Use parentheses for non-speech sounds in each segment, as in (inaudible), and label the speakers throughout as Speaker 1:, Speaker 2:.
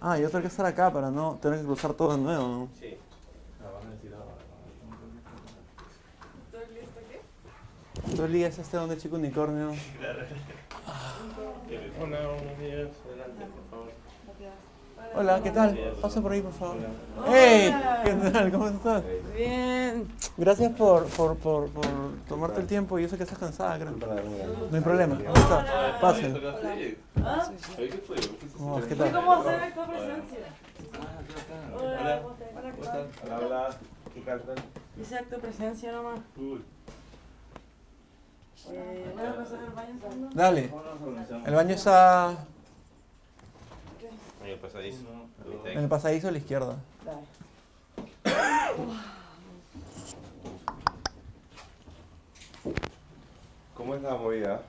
Speaker 1: Ah, yo tengo que estar acá para no tener que cruzar todo de nuevo, ¿no?
Speaker 2: Sí. La van a decir ahora.
Speaker 3: ¿Todo listo qué?
Speaker 1: ¿Tú ligas este donde chico unicornio?
Speaker 2: Hola, buenos días. Adelante, por favor.
Speaker 1: Hola, ¿qué tal? Pasa por ahí, por favor. ¡Hey! ¿Qué tal? ¿Cómo estás?
Speaker 3: Bien.
Speaker 1: Gracias por, por, por, por tomarte el tiempo. Yo sé que estás cansada, creo. No hay problema. ¿Cómo
Speaker 3: Hola.
Speaker 1: estás? Pasen.
Speaker 3: ¿Ah?
Speaker 1: ¿Cómo vas? ¿Qué
Speaker 3: ¿Y
Speaker 1: tal?
Speaker 3: cómo hacer tu presencia? Hola,
Speaker 2: Hola.
Speaker 3: ¿cómo estás? Hola, ¿qué
Speaker 2: ¿Cómo
Speaker 3: tal?
Speaker 2: estás? Hola, hola. ¿Qué tal?
Speaker 3: Dice tu presencia nomás.
Speaker 2: Cool.
Speaker 3: Eh, ¿Vas a pasar al baño?
Speaker 1: Dale.
Speaker 2: ¿Cómo nos organizamos?
Speaker 1: El baño está
Speaker 4: Medio pasadizo.
Speaker 2: Uno, dos.
Speaker 1: en el pasadizo a la izquierda.
Speaker 3: Dale.
Speaker 4: ¿Cómo es la movida?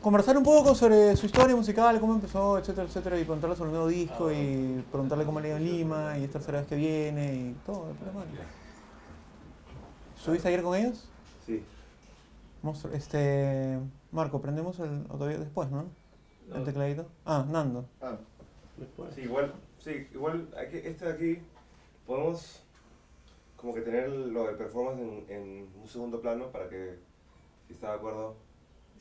Speaker 1: Conversar un poco sobre su historia musical, cómo empezó, etcétera, etcétera, y preguntarle sobre el nuevo disco, y preguntarle cómo le ha ido en Lima, y esta tercera vez que viene, y todo. de plano. ¿Subiste ayer con ellos?
Speaker 4: Sí.
Speaker 1: Mostro- este, Marco, prendemos el, o todavía después, ¿no? El tecladito. Ah, Nando.
Speaker 4: Ah,
Speaker 2: Después.
Speaker 4: sí, igual, sí, igual aquí, este de aquí podemos como que tener lo del performance en, en un segundo plano para que, si está de acuerdo,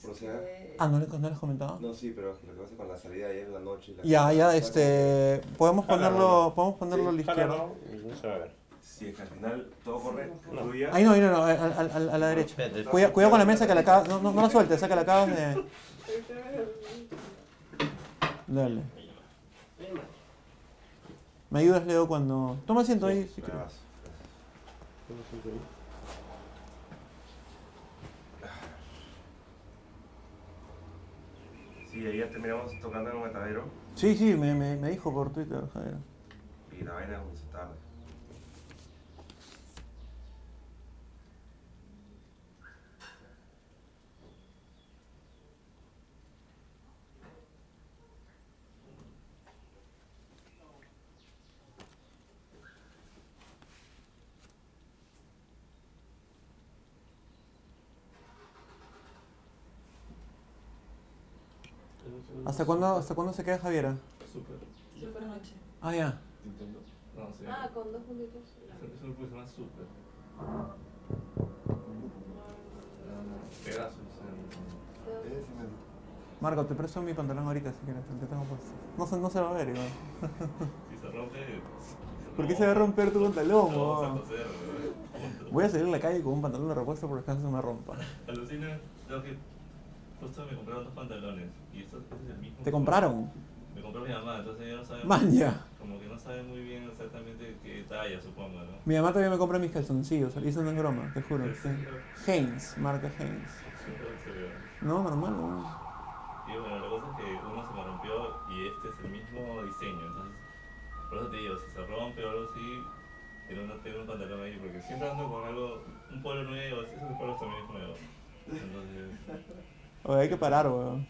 Speaker 4: proceda.
Speaker 3: Eh.
Speaker 1: Ah, ¿no, le, no les comentaba?
Speaker 4: No, sí, pero lo que pasa es con la salida ayer en la noche. y la-
Speaker 1: Ya, ya, este, podemos
Speaker 2: Jala,
Speaker 1: ponerlo, podemos ponerlo a la
Speaker 2: Ojalá
Speaker 1: izquierda.
Speaker 2: no. Se va a ver.
Speaker 4: Si es que al final todo corre,
Speaker 2: No.
Speaker 4: fluya.
Speaker 1: Ahí no, ahí no, no, a, a- a- a la derecha. Cuida- cuidado con la mesa que la acabas, no, no, no la sueltes, esa que la acabas de... Dale. ¿Me ayudas, Leo, cuando...? Toma asiento ahí, si quieres.
Speaker 4: Gracias. Sí, ayer terminamos tocando en un matadero
Speaker 1: Sí, sí, me, me, me dijo por Twitter, Javier.
Speaker 4: y la vaina es muy tarde.
Speaker 1: ¿Hasta cuándo, ¿Hasta cuándo se queda Javiera?
Speaker 2: Súper.
Speaker 3: Supernoche.
Speaker 1: Ah, ya.
Speaker 2: Nintendo. No, sí.
Speaker 3: Ah, con dos puntitos.
Speaker 2: Eso me puede sonar súper. Pedazos. eh.
Speaker 1: Marco, te presto mi pantalón ahorita si quieres, te tengo puesto. No se, no se va a ver igual.
Speaker 2: Si se rompe.
Speaker 1: ¿Por qué se va a romper tu pantalón?
Speaker 2: Lo vamos a
Speaker 1: huevón?
Speaker 2: coser, ¿verdad?
Speaker 1: Voy a salir a la calle con un pantalón de repuesto por acaso se me rompa.
Speaker 2: Alucina, tengo que. Justo me compraron dos pantalones. Y esto es el mismo.
Speaker 1: ¿Te compraron?
Speaker 2: Me compró mi mamá, entonces ya no sabe.
Speaker 1: Maña.
Speaker 2: Como que no sabe muy bien exactamente qué talla, supongo, ¿no? (laughs)
Speaker 1: Mi mamá todavía me compra mis calzoncillos, y eso no es broma, te juro. sí. Hanes, marca Hanes.
Speaker 2: Súper severo.
Speaker 1: No, normal, huevón.
Speaker 2: Y bueno, la cosa es que uno se me rompió y este es el mismo diseño, entonces por eso te digo, si se rompe o algo así, pero no tengo un pantalón ahí, porque siempre ando con algo, un polo nuevo, así, esos polos también es nuevo. Entonces,
Speaker 1: Oye, hay que parar, weón.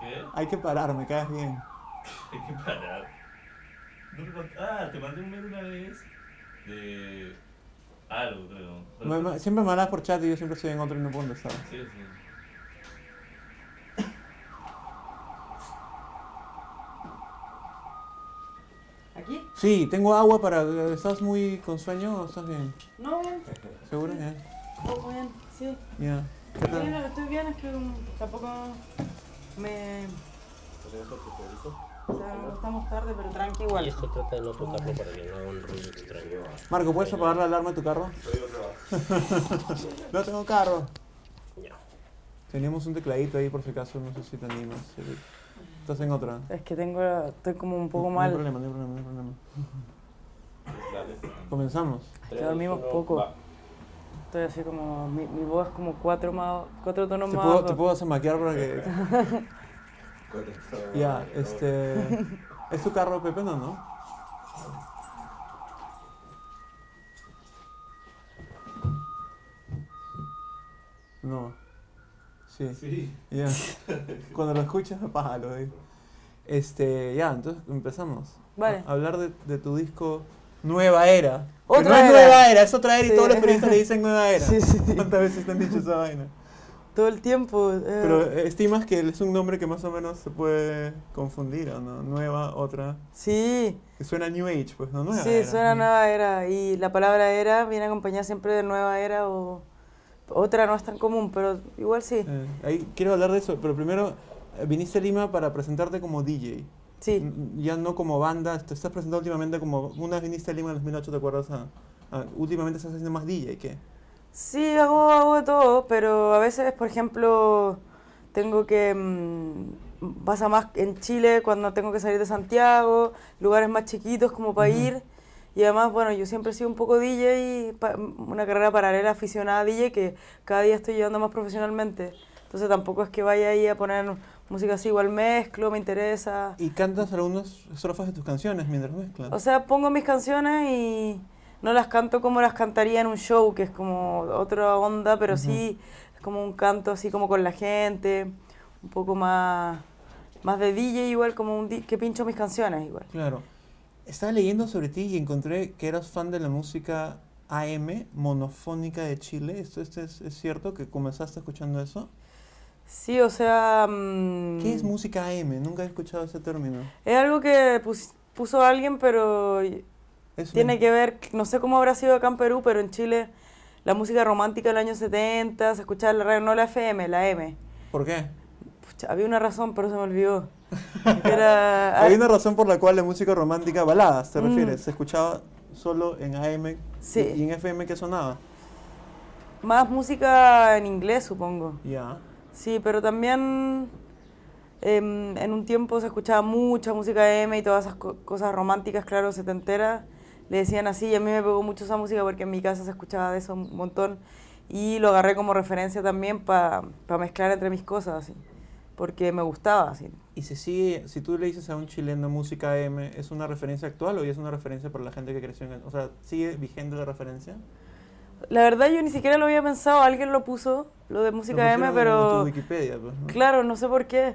Speaker 2: ¿qué? (laughs)
Speaker 1: Hay que parar, me caes bien.
Speaker 2: Hay que parar. No te cont- ah, te mandé un mail una vez de algo, creo.
Speaker 1: Me- me- siempre me hablas por chat y yo siempre estoy en otro y no puedo contestar.
Speaker 2: Sí, sí.
Speaker 3: ¿Aquí?
Speaker 1: Sí, tengo agua para... ¿Estás muy con sueño o estás bien?
Speaker 3: No, bien.
Speaker 1: ¿Seguro? Ya.
Speaker 3: Poco bien, sí.
Speaker 1: Ya. ¿Qué
Speaker 3: Estoy bien,
Speaker 1: tal?
Speaker 3: estoy bien, es que um, tampoco me... O sea, estamos tarde, pero tranqui
Speaker 5: Y
Speaker 3: igual.
Speaker 5: esto trata de no tocarlo para que no haga un ruido extraño.
Speaker 1: Marco, ¿puedes apagar la alarma de tu carro? (laughs) No tengo carro.
Speaker 5: Ya.
Speaker 1: Teníamos un tecladito ahí por si acaso, no sé si te animas. Eric. Estás en otra.
Speaker 3: Es que tengo, estoy como un poco
Speaker 1: No- No hay
Speaker 3: mal.
Speaker 1: problema, no hay problema, no hay problema.
Speaker 4: Dale.
Speaker 1: Comenzamos.
Speaker 3: Te dormimos poco. Estoy así como, mi, mi voz es como cuatro, más, cuatro
Speaker 1: Te
Speaker 3: tonos más.
Speaker 1: puedo,
Speaker 3: bajo.
Speaker 1: te puedo hacer maquillar para que...
Speaker 4: Contestó. (laughs)
Speaker 1: Ya, este... ¿Es tu carro, Pepe? No, ¿no? No. Sí.
Speaker 2: Sí.
Speaker 1: Ya. Cuando lo escuchas, apágalo. eh. Este, ya, entonces empezamos.
Speaker 3: Vale.
Speaker 1: A hablar de, de tu disco Nueva Era. Que
Speaker 3: Otra
Speaker 1: no
Speaker 3: era.
Speaker 1: es Nueva Era, es otra era y
Speaker 3: Sí.
Speaker 1: todos los periodistas le dicen Nueva Era.
Speaker 3: (laughs) Sí, sí. (laughs)
Speaker 1: ¿Cuántas veces te han dicho esa vaina?
Speaker 3: todo el tiempo. eh.
Speaker 1: Pero eh, estimas que es un nombre que más o menos se puede confundir, ¿o no? Nueva, otra.
Speaker 3: sí,
Speaker 1: que Suena New Age, pues, ¿no? Nueva
Speaker 3: sí,
Speaker 1: era.
Speaker 3: suena nueva era. Y la palabra era viene acompañada siempre de nueva era o otra no es tan común, pero igual sí.
Speaker 1: Eh, ahí quiero hablar de eso, pero primero eh, viniste a Lima para presentarte como DJ.
Speaker 3: Sí,
Speaker 1: N- Ya no como banda, te estás presentando últimamente como. Una vez viniste a Lima en 2008, ¿te acuerdas? A, a- últimamente estás haciendo más DJ, ¿qué?
Speaker 3: sí, hago, hago de todo, pero a veces, por ejemplo, tengo que... mm, pasa más en Chile cuando tengo que salir de Santiago, lugares más chiquitos como para ir. Y además, bueno, yo siempre he sido un poco DJ, y pa- una carrera paralela aficionada a DJ que cada día estoy llevando más profesionalmente. Entonces tampoco es que vaya ahí a poner música así, igual mezclo, me interesa.
Speaker 1: Y cantas algunas estrofas de tus canciones mientras mezclas.
Speaker 3: O sea, pongo mis canciones y no las canto como las cantaría en un show, que es como otra onda, pero sí es como un canto así como con la gente, un poco más, más de DJ igual, como un di- que pincho mis canciones igual.
Speaker 1: Claro. Estaba leyendo sobre ti y encontré que eras fan de la música AM, monofónica de Chile. ¿Esto, esto es, es cierto que comenzaste escuchando eso?
Speaker 3: Sí, o sea... mm,
Speaker 1: ¿Qué es música AM? Nunca he escuchado ese término.
Speaker 3: Es algo que pus- puso alguien, pero
Speaker 1: Es
Speaker 3: tiene
Speaker 1: un-
Speaker 3: que ver, no sé cómo habrá sido acá en Perú, pero en Chile la música romántica del año 70, se escuchaba en la radio, no la FM, la M.
Speaker 1: ¿Por qué?
Speaker 3: Pucha, había una razón, pero se
Speaker 1: (laughs)
Speaker 3: me olvidó. Era...
Speaker 1: Hay una razón por la cual la música romántica, baladas, te
Speaker 3: Ah. Mm.
Speaker 1: refieres, se escuchaba solo en AM
Speaker 3: Sí.
Speaker 1: y en FM que sonaba.
Speaker 3: Más música en inglés, supongo.
Speaker 1: Ya.
Speaker 3: Sí, pero también em, en un tiempo se escuchaba mucha música M y todas esas co- cosas románticas, claro, setenteras. Le decían así y a mí me pegó mucho esa música porque en mi casa se escuchaba de eso un montón. Y lo agarré como referencia también para mezclar entre mis cosas, así. Porque me gustaba, así.
Speaker 1: Y si sigue, si tú le dices a un chileno música AM, ¿es una referencia actual o ya es una referencia para la gente que creció en... O sea, ¿sigue vigente la referencia?
Speaker 3: La verdad yo ni siquiera lo había pensado, alguien lo puso, lo de música
Speaker 1: Lo pusieron
Speaker 3: M,
Speaker 1: en
Speaker 3: pero...
Speaker 1: tu Wikipedia, pues, ¿no?
Speaker 3: Claro, no sé por qué.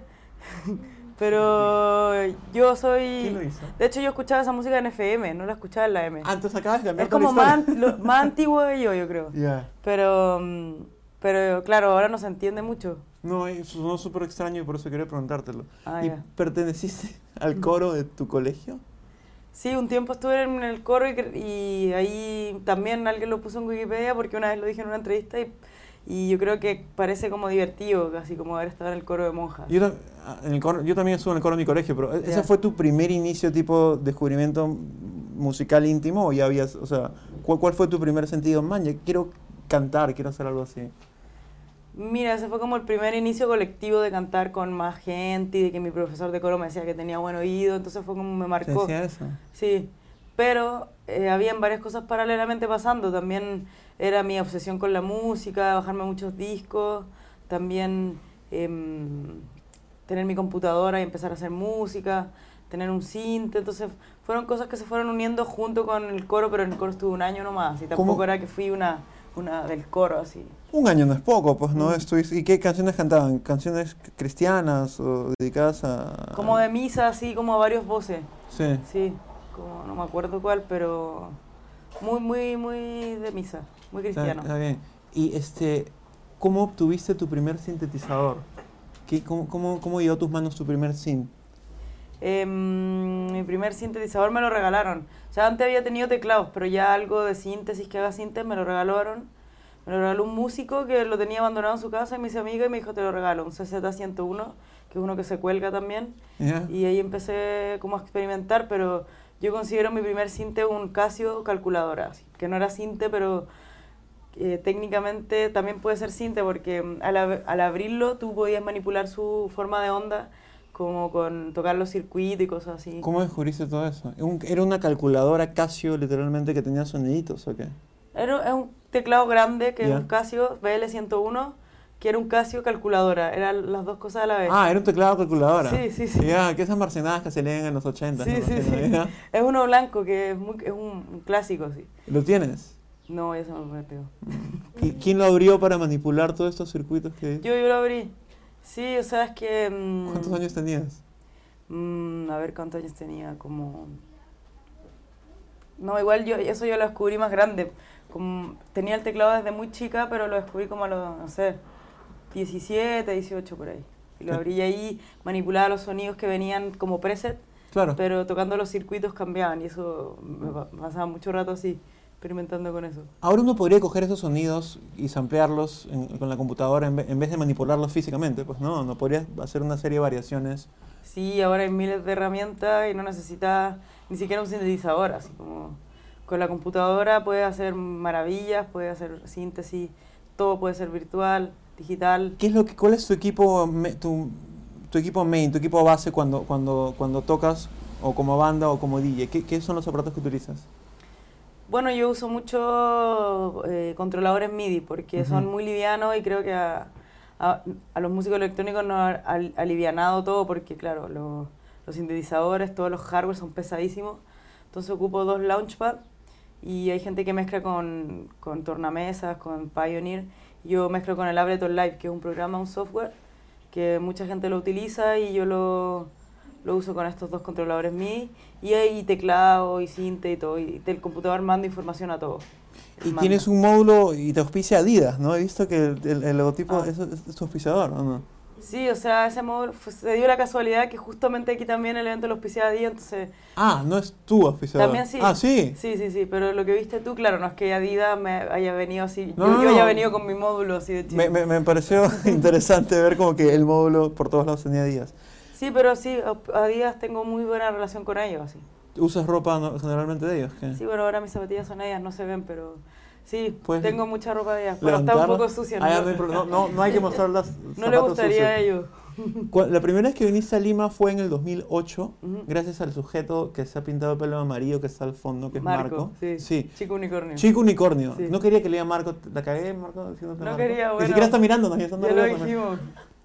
Speaker 3: (laughs) Pero yo
Speaker 1: ¿Quién lo
Speaker 3: soy.
Speaker 1: hizo?
Speaker 3: De hecho, yo escuchaba esa música en FM, no la escuchaba en la M.
Speaker 1: Ah, entonces acabas de cambiar
Speaker 3: es
Speaker 1: toda la
Speaker 3: como más,
Speaker 1: historia.
Speaker 3: ant- lo- más antigua que yo, yo creo.
Speaker 1: (laughs) Ya.
Speaker 3: Pero, mm, pero claro, ahora no se entiende mucho.
Speaker 1: No, es- sonó súper extraño y por eso quería preguntártelo.
Speaker 3: Ah,
Speaker 1: ¿Y
Speaker 3: ya. Mm.
Speaker 1: perteneciste al coro de tu colegio?
Speaker 3: Sí, un tiempo estuve en el coro y, cre- y ahí también alguien lo puso en Wikipedia porque una vez lo dije en una entrevista y, y yo creo que parece como divertido, casi como haber estado en el coro de monjas.
Speaker 1: Yo, tam- ah, en el coro- yo también estuve en el coro de mi colegio, pero e-, ¿ese
Speaker 3: Ya.
Speaker 1: fue tu primer inicio tipo descubrimiento musical íntimo o ya habías, o sea, ¿cuál, cuál fue tu primer sentido? Man, ya quiero cantar, quiero hacer algo así.
Speaker 3: Mira, ese fue como el primer inicio colectivo de cantar con más gente y de que mi profesor de coro me decía que tenía buen oído, entonces fue como me
Speaker 1: ¿Te
Speaker 3: marcó.
Speaker 1: decía eso?
Speaker 3: Sí, pero eh, habían varias cosas paralelamente pasando. También era mi obsesión con la música, bajarme muchos discos, también em, tener mi computadora y empezar a hacer música, tener un synth. Entonces fueron cosas que se fueron uniendo junto con el coro, pero en el coro estuve un año nomás y tampoco
Speaker 1: ¿Cómo?
Speaker 3: era que fui una, una del coro así.
Speaker 1: Un año no es poco, pues,
Speaker 3: Mm.
Speaker 1: ¿no? Estuviste- ¿Y qué canciones cantaban? ¿Canciones cristianas o dedicadas a...?
Speaker 3: Como de misa, así como a varios voces.
Speaker 1: Sí.
Speaker 3: Sí, como no me acuerdo cuál, pero muy, muy, muy de misa, muy
Speaker 1: Está-
Speaker 3: cristiano.
Speaker 1: Está, bien. Y este, ¿cómo obtuviste tu primer sintetizador? ¿Qué, cómo, cómo, ¿Cómo llegó a tus manos tu primer synth?
Speaker 3: Em, mi primer sintetizador me lo regalaron. O sea, antes había tenido teclados, pero ya algo de síntesis que haga síntesis me lo regalaron. Me lo regaló un músico que lo tenía abandonado en su casa y me hice amiga y me dijo, te lo regalo, un CZ101, que es uno que se cuelga también.
Speaker 1: ¿Ya?
Speaker 3: Y ahí empecé como a experimentar, pero yo considero mi primer cinte un Casio calculadora, así, que no era cinte, pero eh, técnicamente también puede ser cinte porque mm, al, ab- al abrirlo tú podías manipular su forma de onda, como con tocar los circuitos y cosas así.
Speaker 1: ¿Cómo descubriste todo eso? Un- ¿Era una calculadora Casio literalmente que tenía soniditos o qué?
Speaker 3: Era, es un teclado grande que
Speaker 1: Ya.
Speaker 3: es un Casio BL101, que era un Casio calculadora, eran las dos cosas a la vez.
Speaker 1: Ah, era un teclado calculadora.
Speaker 3: Pues. Sí, sí, sí.
Speaker 1: Ya, que esas marcenadas que se leen en los 80.
Speaker 3: sí, sí, sí. Es uno blanco que es, muy, es un, un clásico, sí.
Speaker 1: ¿Lo tienes?
Speaker 3: No, ya se me perdió.
Speaker 1: ¿Y quién lo abrió para manipular todos estos circuitos que...
Speaker 3: Yo, yo lo abrí. Sí, o sea, es que... mm,
Speaker 1: ¿Cuántos años tenías?
Speaker 3: mm, a ver, ¿cuántos años tenía? Como... No, igual yo, eso yo lo descubrí más grande. Como, tenía el teclado desde muy chica, pero lo descubrí como a los, no sé, 17, 18 por ahí. Y lo abrí y ahí manipulaba los sonidos que venían como preset,
Speaker 1: Claro.
Speaker 3: pero tocando los circuitos cambiaban y eso me pa- pasaba mucho rato así, experimentando con eso.
Speaker 1: Ahora uno podría coger esos sonidos y samplearlos en- con la computadora en, ve- en vez de manipularlos físicamente, pues no, no podrías hacer una serie de variaciones.
Speaker 3: Sí, ahora hay miles de herramientas y no necesitas ni siquiera un sintetizador, así como con la computadora puedes hacer maravillas, puedes hacer síntesis, todo puede ser virtual, digital.
Speaker 1: ¿Qué es lo que, ¿Cuál es tu equipo, me- tu, tu equipo main, tu equipo base cuando, cuando, cuando tocas o como banda o como DJ? ¿Qué, qué son los aparatos que utilizas?
Speaker 3: Bueno, yo uso mucho eh, controladores MIDI porque son
Speaker 1: Ujú.
Speaker 3: muy livianos y creo que a, a- a los músicos electrónicos nos ha al- alivianado todo porque, claro, los, los sintetizadores, todos los hardware son pesadísimos. Entonces ocupo dos launchpad y hay gente que mezcla con, con tornamesas, con Pioneer. Yo mezclo con el Ableton Live, que es un programa, un software que mucha gente lo utiliza y yo lo, lo uso con estos dos controladores MIDI y hay teclado y cinte y todo y el computador manda información a todo.
Speaker 1: Y
Speaker 3: Manda.
Speaker 1: tienes un módulo y te auspicia Adidas, ¿no? He visto que el, el- el logotipo
Speaker 3: Ah.
Speaker 1: es, es- es tu auspiciador, ¿o no?
Speaker 3: Sí, o sea, ese módulo fue- se dio la casualidad que justamente aquí también el evento lo auspiciaba Adidas, entonces
Speaker 1: Ah, no es tu auspiciador.
Speaker 3: también sí.
Speaker 1: Ah, sí.
Speaker 3: Sí, sí, sí, pero lo que viste tú, claro, no es que Adidas me haya venido así,
Speaker 1: No,
Speaker 3: yo,
Speaker 1: no,
Speaker 3: yo haya
Speaker 1: no.
Speaker 3: venido con mi módulo así de chido.
Speaker 1: Me, me- me
Speaker 3: (laughs)
Speaker 1: pareció interesante ver como que el módulo por todos lados tenía Adidas.
Speaker 3: Sí, pero sí, a- Adidas tengo muy buena relación con ellos, así.
Speaker 1: ¿Usas ropa no- generalmente de ellos? qué?
Speaker 3: Sí, bueno, ahora mis zapatillas son ellas, no se ven, pero sí,
Speaker 1: Puedes
Speaker 3: tengo mucha ropa de ellas, pero está un
Speaker 1: Pues, ¿Levantarla?
Speaker 3: poco sucia.
Speaker 1: Ah, ya,
Speaker 3: no,
Speaker 1: no hay pro- no, no- no hay que mostrar las
Speaker 3: (laughs) No le gustaría a
Speaker 1: ellos.
Speaker 3: ellos.
Speaker 1: La primera vez que viniste a Lima fue en el 2008,
Speaker 3: Ujú.
Speaker 1: gracias al sujeto que se ha pintado el pelo amarillo que está al fondo, que es Marco.
Speaker 3: Marco, sí. Chico unicornio.
Speaker 1: Chico Unicornio.
Speaker 3: Sí.
Speaker 1: No quería que lea Marco. ¿La cagué, Marco? diciéndote
Speaker 3: No
Speaker 1: Marco?
Speaker 3: quería,
Speaker 1: Ni
Speaker 3: bueno.
Speaker 1: siquiera está mirándonos. Ya, está
Speaker 3: ya lo
Speaker 1: nervioso, ¿no?
Speaker 3: dijimos.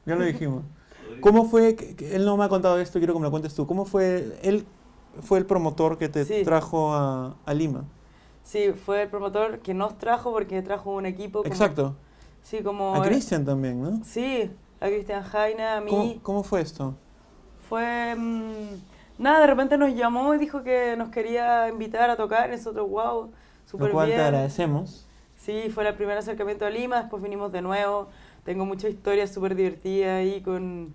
Speaker 1: Ya lo dijimos. ¿Cómo fue? que- que él no me ha contado esto, quiero que me lo cuentes tú. ¿Cómo fue? Él fue el promotor que te
Speaker 3: Sí.
Speaker 1: trajo a, a Lima.
Speaker 3: Sí, fue el promotor que nos trajo porque trajo un equipo. como-
Speaker 1: Exacto.
Speaker 3: Sí, como.
Speaker 1: a Cristian también, ¿no?
Speaker 3: Sí, a Cristian Jaina, a mí.
Speaker 1: ¿Cómo, cómo fue esto?
Speaker 3: Fue. mm, nada, de repente nos llamó y dijo que nos quería invitar a tocar. y Nosotros, wow, súper
Speaker 1: lo cual
Speaker 3: bien.
Speaker 1: te agradecemos.
Speaker 3: Sí, fue el primer acercamiento a Lima, después vinimos de nuevo. Tengo muchas historias súper divertidas ahí con,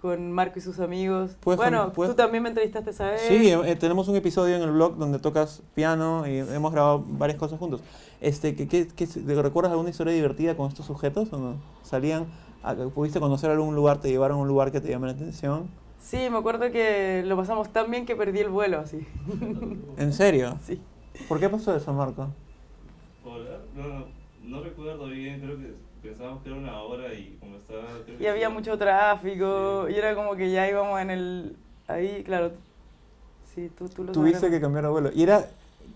Speaker 3: con Marco y sus amigos.
Speaker 1: Puedes con-
Speaker 3: bueno,
Speaker 1: puedes-
Speaker 3: tú también me entrevistaste esa vez.
Speaker 1: Sí, eh, tenemos un episodio en el blog donde tocas piano y hemos grabado varias cosas juntos. Este, ¿qué, qué- qué se- te ¿Recuerdas alguna historia divertida con estos sujetos o no? ¿Salían? a- ¿Pudiste conocer algún lugar? ¿Te llevaron a un lugar que te llamó la atención?
Speaker 3: Sí, me acuerdo que lo pasamos tan bien que perdí el vuelo, así. (laughs)
Speaker 1: ¿En serio?
Speaker 3: Sí.
Speaker 1: ¿Por qué pasó eso, Marco?
Speaker 2: Hola, ah, no, no, no recuerdo bien, creo que pensábamos que era una hora y como estaba... creo
Speaker 3: Y
Speaker 2: que
Speaker 3: había
Speaker 2: sí.
Speaker 3: mucho tráfico,
Speaker 2: Sí.
Speaker 3: y era como que ya íbamos en el... Ahí, claro. Sí, tú, tú lo
Speaker 1: Tuviste que
Speaker 3: sabrás.
Speaker 1: cambiar de vuelo. ¿Y era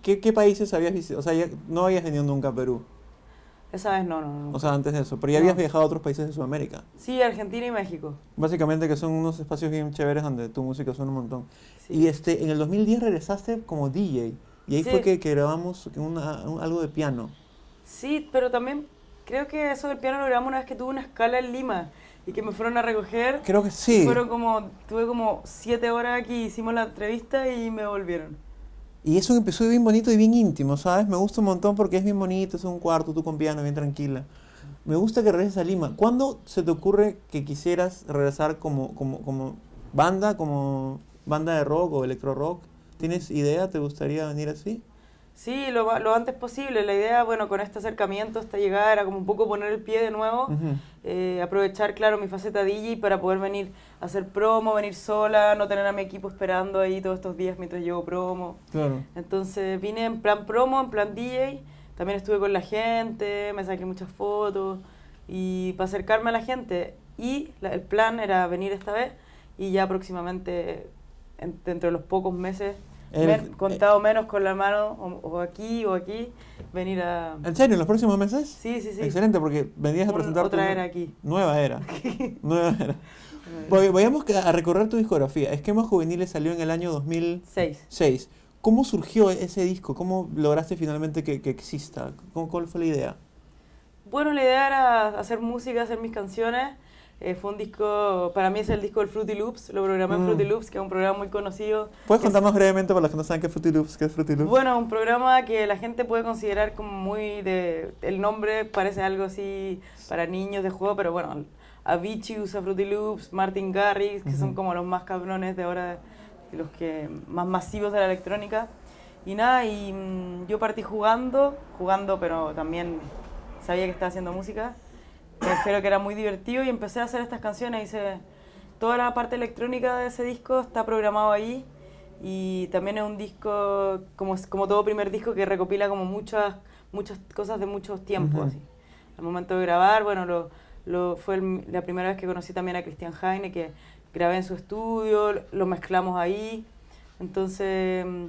Speaker 1: qué, qué países habías visitado? O sea, ya no habías venido nunca a Perú.
Speaker 3: Esa vez no, no, no.
Speaker 1: O sea, antes de eso. Pero ya habías
Speaker 3: No.
Speaker 1: viajado a otros países de Sudamérica.
Speaker 3: sí, Argentina y México.
Speaker 1: Básicamente que son unos espacios bien chéveres donde tu música suena un montón.
Speaker 3: Sí.
Speaker 1: Y este, en el 2010 regresaste como DJ. Y ahí
Speaker 3: Sí.
Speaker 1: fue que, que grabamos una- un- algo de piano.
Speaker 3: Sí, pero también creo que eso del piano lo grabamos una vez que tuve una escala en Lima y que me fueron a recoger.
Speaker 1: Creo que sí.
Speaker 3: Fueron como, tuve como siete horas aquí, hicimos la entrevista y me volvieron.
Speaker 1: Y es un episodio bien bonito y bien íntimo, ¿sabes? Me gusta un montón porque es bien bonito, es un cuarto, tú con piano, bien tranquila. Me gusta que regreses a Lima. ¿Cuándo se te ocurre que quisieras regresar como, como, como banda, como banda de rock o electro rock? ¿Tienes idea? ¿Te gustaría venir así?
Speaker 3: Sí, lo, va- lo antes posible. La idea, bueno, con este acercamiento hasta llegar era como un poco poner el pie de nuevo.
Speaker 1: Ujú.
Speaker 3: eh, aprovechar, claro, mi faceta DJ para poder venir a hacer promo, venir sola, no tener a mi equipo esperando ahí todos estos días mientras llevo promo.
Speaker 1: Claro.
Speaker 3: Entonces vine en plan promo, en plan DJ, también estuve con la gente, me saqué muchas fotos y para acercarme a la gente. Y la- el plan era venir esta vez y ya próximamente, en- dentro de los pocos meses,
Speaker 1: El- eh,
Speaker 3: men- contado menos con la mano, o, o aquí o aquí, venir a...
Speaker 1: eh, ¿En serio? ¿En los próximos meses?
Speaker 3: Sí, sí, sí.
Speaker 1: Excelente, porque venías a
Speaker 3: Un-
Speaker 1: presentar
Speaker 3: otra
Speaker 1: tu-
Speaker 3: era aquí.
Speaker 1: Nueva
Speaker 3: (laughs)
Speaker 1: era. Nueva era. Voy- Vayamos que- a recorrer tu discografía. Esquema Juveniles salió en el año 2006.
Speaker 3: Seis.
Speaker 1: ¿Cómo surgió ese disco? ¿Cómo lograste finalmente que, que exista? ¿Cómo- ¿Cuál fue la idea?
Speaker 3: Bueno, la idea era hacer música, hacer mis canciones. Eh, fue un disco, para mí es el disco del Fruity Loops, lo programé en
Speaker 1: Mm.
Speaker 3: Fruity Loops, que es un programa muy conocido.
Speaker 1: ¿Puedes
Speaker 3: que es-
Speaker 1: contarnos brevemente para los que no saben qué es Fruity Loops? ¿Qué es Fruity Loops?
Speaker 3: Bueno, un programa que la gente puede considerar como muy de... El nombre parece algo así para niños de juego, pero bueno, Avicii usa Fruity Loops, Martin Garrix, que son como los más cabrones de ahora, los que más masivos de la electrónica. Y nada, y mm, yo partí jugando, jugando, pero también sabía que estaba haciendo música. Me refiero que era muy divertido y empecé a hacer estas canciones. Hice toda la parte electrónica de ese disco, está programado ahí. Y también es un disco, como, es- como todo primer disco, que recopila como muchas, muchas cosas de muchos tiempos.
Speaker 1: Ujú.
Speaker 3: así. Al momento de grabar, bueno, lo, lo- fue el- la primera vez que conocí también a Christian Heine, que grabé en su estudio, lo- lo mezclamos ahí. Entonces, mm,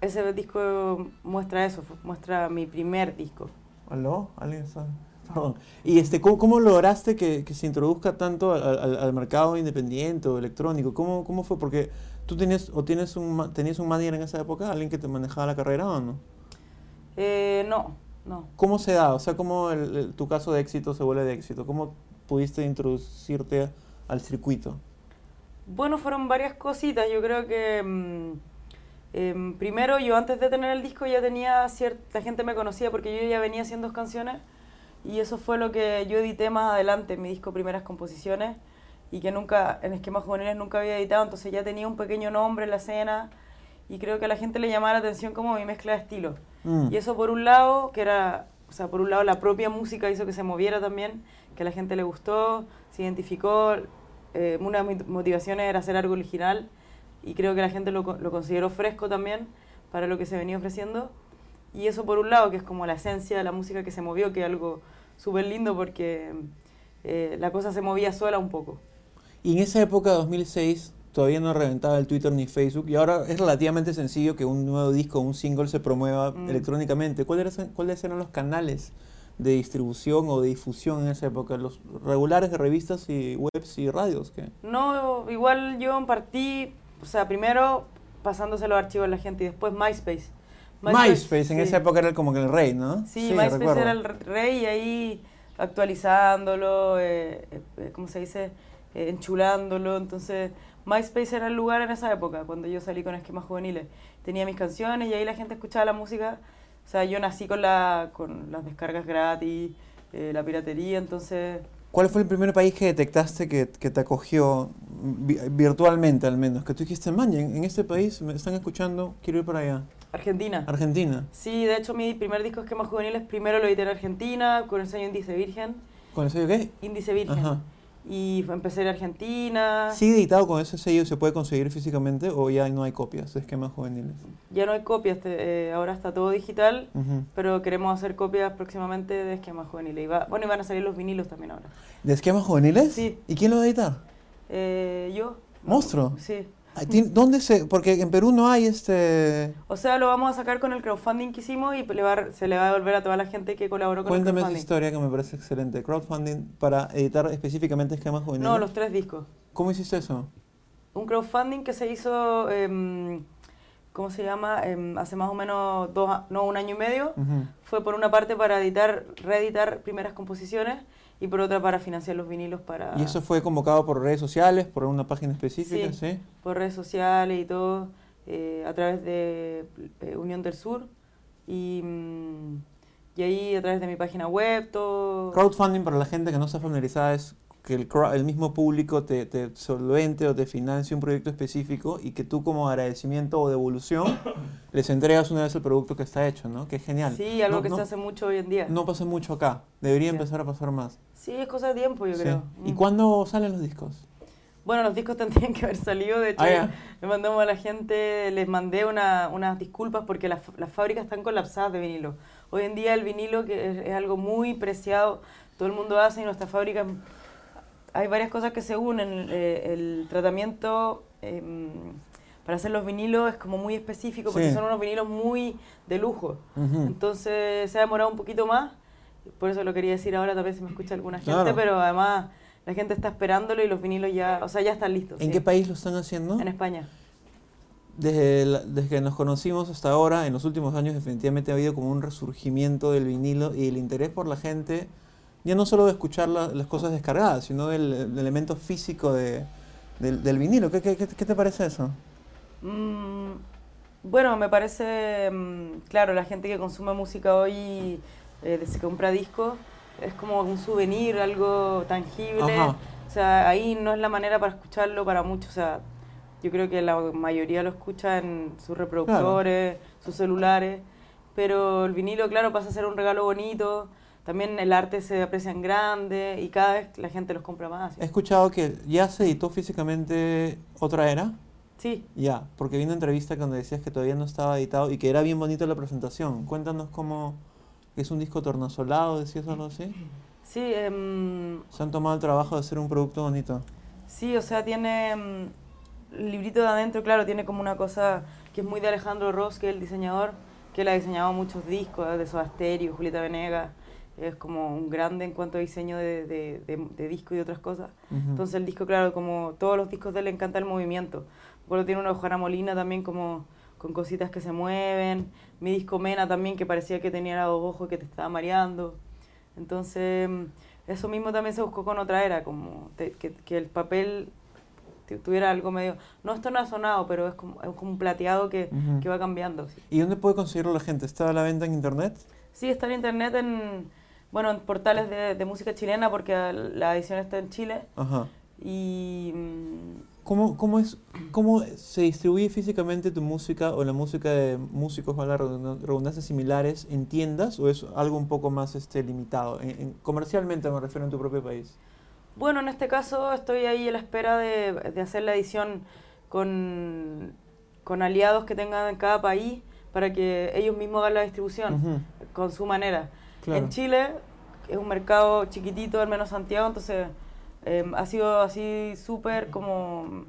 Speaker 3: ese disco muestra eso, fu- muestra mi primer disco.
Speaker 1: ¿Aló? ¿Alguien sabe? Perdón. ¿Y este, cómo, cómo lograste que, que se introduzca tanto al, al- al mercado independiente o electrónico? ¿Cómo, cómo fue? Porque tú tenías, o tienes un, ma- tenías un manager en esa época, alguien que te manejaba la carrera o no.
Speaker 3: Eh, no, no.
Speaker 1: ¿Cómo se da? O sea, ¿cómo el- el- tu caso de éxito se vuelve de éxito? ¿Cómo pudiste introducirte al circuito?
Speaker 3: Bueno, fueron varias cositas. Yo creo que mm, em, primero yo antes de tener el disco ya tenía cierta gente me conocía porque yo ya venía haciendo canciones y eso fue lo que yo edité más adelante en mi disco Primeras Composiciones y que nunca en esquemas juveniles nunca había editado, entonces ya tenía un pequeño nombre en la escena y creo que a la gente le llamaba la atención como mi mezcla de estilos.
Speaker 1: Mm.
Speaker 3: Y eso por un lado, que era, o sea, por un lado la propia música hizo que se moviera también, que a la gente le gustó, se identificó. Eh, una de mis motivaciones era hacer algo original y creo que la gente lo, co- lo consideró fresco también para lo que se venía ofreciendo. Y eso por un lado, que es como la esencia de la música que se movió, que es algo súper lindo porque eh, la cosa se movía sola un poco.
Speaker 1: Y en esa época, 2006, todavía no reventaba el Twitter ni Facebook y ahora es relativamente sencillo que un nuevo disco o un single se promueva
Speaker 3: Mm.
Speaker 1: electrónicamente. ¿Cuál era ese- ¿Cuáles eran los canales de distribución o de difusión en esa época? Los regulares de revistas y webs y radios. ¿qué?
Speaker 3: No, igual yo partí, o sea, primero pasándose los archivos a la gente y después MySpace.
Speaker 1: MySpace, en
Speaker 3: sí.
Speaker 1: esa época era como que el rey, ¿no?
Speaker 3: Sí, MySpace
Speaker 1: recuerdo.
Speaker 3: era el rey y ahí actualizándolo, eh, eh, eh, ¿cómo se dice? Eh, enchulándolo. Entonces, MySpace era el lugar en esa época, cuando yo salí con esquemas juveniles. Tenía mis canciones y ahí la gente escuchaba la música. O sea, yo nací con, la, con las descargas gratis, eh, la piratería, entonces...
Speaker 1: ¿Cuál fue el primer país que detectaste que, que te acogió vi- virtualmente al menos? Que tú dijiste, man, en, en este país me están escuchando, quiero ir para allá.
Speaker 3: Argentina.
Speaker 1: Argentina,
Speaker 3: Sí, de hecho mi primer disco esquemas juveniles primero lo edité en Argentina, con el sello Índice Virgen.
Speaker 1: con el sello gay.
Speaker 3: Índice Virgen. Ah.
Speaker 1: Ajá.
Speaker 3: Y fue- empecé en Argentina.
Speaker 1: ¿Sigue editado con ese sello? ¿Se puede conseguir físicamente o ya no hay copias de esquemas juveniles?
Speaker 3: Ya no hay copias, te- eh, ahora está todo digital,
Speaker 1: Ujú.
Speaker 3: pero queremos hacer copias próximamente de esquemas juveniles. Y va- bueno, y van a salir los vinilos también ahora.
Speaker 1: ¿De esquemas juveniles?
Speaker 3: Sí.
Speaker 1: ¿Y quién lo va a editar?
Speaker 3: Eh, ¿Yo?
Speaker 1: ¿Monstruo?
Speaker 3: Sí.
Speaker 1: Ah, ¿tien- ¿Dónde se...? Porque en Perú no hay este...
Speaker 3: O sea, lo vamos a sacar con el crowdfunding que hicimos y le va a- se le va a devolver a toda la gente que colaboró con
Speaker 1: Cuéntame
Speaker 3: el
Speaker 1: esa
Speaker 3: crowdfunding.
Speaker 1: historia que me parece excelente. Crowdfunding para editar específicamente esquemas juveniles.
Speaker 3: No, los tres discos.
Speaker 1: ¿Cómo hiciste eso?
Speaker 3: Un crowdfunding que se hizo, em, ¿cómo se llama? Em, hace más o menos dos, a- no, un año y medio.
Speaker 1: Ujú.
Speaker 3: Fue por una parte para editar, reeditar primeras composiciones y por otra para financiar los vinilos para...
Speaker 1: ¿Y eso fue convocado por redes sociales, por una página específica? Sí.
Speaker 3: Sí. por redes sociales y todo, eh, a través de eh, Unión del Sur y, mm, y ahí a través de mi página web, todo.
Speaker 1: Crowdfunding para la gente que no está familiarizada es que el, crow- el mismo público te, te solvente o te financie un proyecto específico y que tú como agradecimiento o
Speaker 3: (coughs)
Speaker 1: devolución les entregas una vez el producto que está hecho, ¿no? Que es genial.
Speaker 3: Sí, algo
Speaker 1: No-
Speaker 3: que
Speaker 1: no-
Speaker 3: se hace mucho hoy en día.
Speaker 1: No pasa mucho acá, debería
Speaker 3: Sí.
Speaker 1: empezar a pasar más.
Speaker 3: Sí, es cosa de tiempo, yo
Speaker 1: Sí.
Speaker 3: creo.
Speaker 1: ¿Y
Speaker 3: Mm.
Speaker 1: cuándo salen los discos?
Speaker 3: Bueno, los discos tendrían que haber salido, de hecho,
Speaker 1: Ah, ya.
Speaker 3: le mandamos a la gente, les mandé una- unas disculpas porque las, las fábricas están colapsadas de vinilo. Hoy en día el vinilo que es, es algo muy preciado, todo el mundo hace y nuestra fábrica, hay varias cosas que se unen, eh, el tratamiento em, para hacer los vinilos es como muy específico porque
Speaker 1: Sí. Mm.
Speaker 3: son unos vinilos muy de lujo,
Speaker 1: Ujú.
Speaker 3: entonces se ha demorado un poquito más, por eso lo quería decir ahora, tal vez si me escucha alguna gente,
Speaker 1: Claro.
Speaker 3: pero además la gente está esperándolo y los vinilos ya, o sea, ya están listos.
Speaker 1: ¿En
Speaker 3: sí.
Speaker 1: qué país lo están haciendo?
Speaker 3: En España.
Speaker 1: Desde, la- desde que nos conocimos hasta ahora, en los últimos años definitivamente ha habido como un resurgimiento del vinilo y el interés por la gente, ya no solo de escuchar la- las cosas descargadas, sino del, del elemento físico de- del, del vinilo. ¿Qué, qué, qué- qué te parece eso?
Speaker 3: Mm, bueno, me parece, mm, claro, la gente que consume música hoy eh, se compra discos es como un souvenir, algo tangible.
Speaker 1: Ajá.
Speaker 3: O sea, ahí no es la manera para escucharlo para muchos. O sea, yo creo que la mayoría lo escucha en sus reproductores, sus celulares. Pero el vinilo, claro, pasa a ser un regalo bonito. También el arte se aprecia en grande y cada vez la gente los compra más.
Speaker 1: He escuchado que ya se editó físicamente otra era.
Speaker 3: Sí.
Speaker 1: Ya, porque vi una entrevista donde decías que todavía no estaba editado y que era bien bonita la presentación. Cuéntanos cómo que es un disco tornasolado, decías algo así.
Speaker 3: Sí, em,
Speaker 1: Se han tomado el trabajo de hacer un producto bonito.
Speaker 3: Sí, o sea, tiene mm, el librito de adentro, claro, tiene como una cosa que es muy de Alejandro Ross, que es el diseñador, que él ha diseñado muchos discos eh, de Soda Stereo, Julieta Venegas, es como un grande en cuanto a diseño de, de, de- de disco y otras cosas.
Speaker 1: Ujú.
Speaker 3: Entonces el disco, claro, como todos los discos de él, le encanta el movimiento. Bueno, tiene una hojana molina también como con cositas que se mueven. Mi disco Mena también, que parecía que tenía dos ojos que te estaba mareando. Entonces, mm, eso mismo también se buscó con otra era, como te- que, que el papel tu- tuviera algo medio... No, esto no ha sonado, pero es como, es como un plateado que,
Speaker 1: Ujú.
Speaker 3: que va cambiando. sí.
Speaker 1: ¿Y dónde puede conseguirlo la gente? ¿Está a la venta en internet?
Speaker 3: Sí, está en internet, en, bueno, en portales de, de música chilena, porque la edición está en Chile.
Speaker 1: Ajá.
Speaker 3: Y... mm,
Speaker 1: ¿Cómo, cómo, es, ¿Cómo se distribuye físicamente tu música o la música de músicos, o la redundancia, similares en tiendas o es algo un poco más este, limitado? En- en- comercialmente me refiero en tu propio país.
Speaker 3: Bueno, en este caso estoy ahí a la espera de, de hacer la edición con, con aliados que tengan en cada país para que ellos mismos hagan la distribución
Speaker 1: Ujú.
Speaker 3: con su manera.
Speaker 1: Claro.
Speaker 3: En Chile es un mercado chiquitito, al menos Santiago, entonces em, ha sido así súper como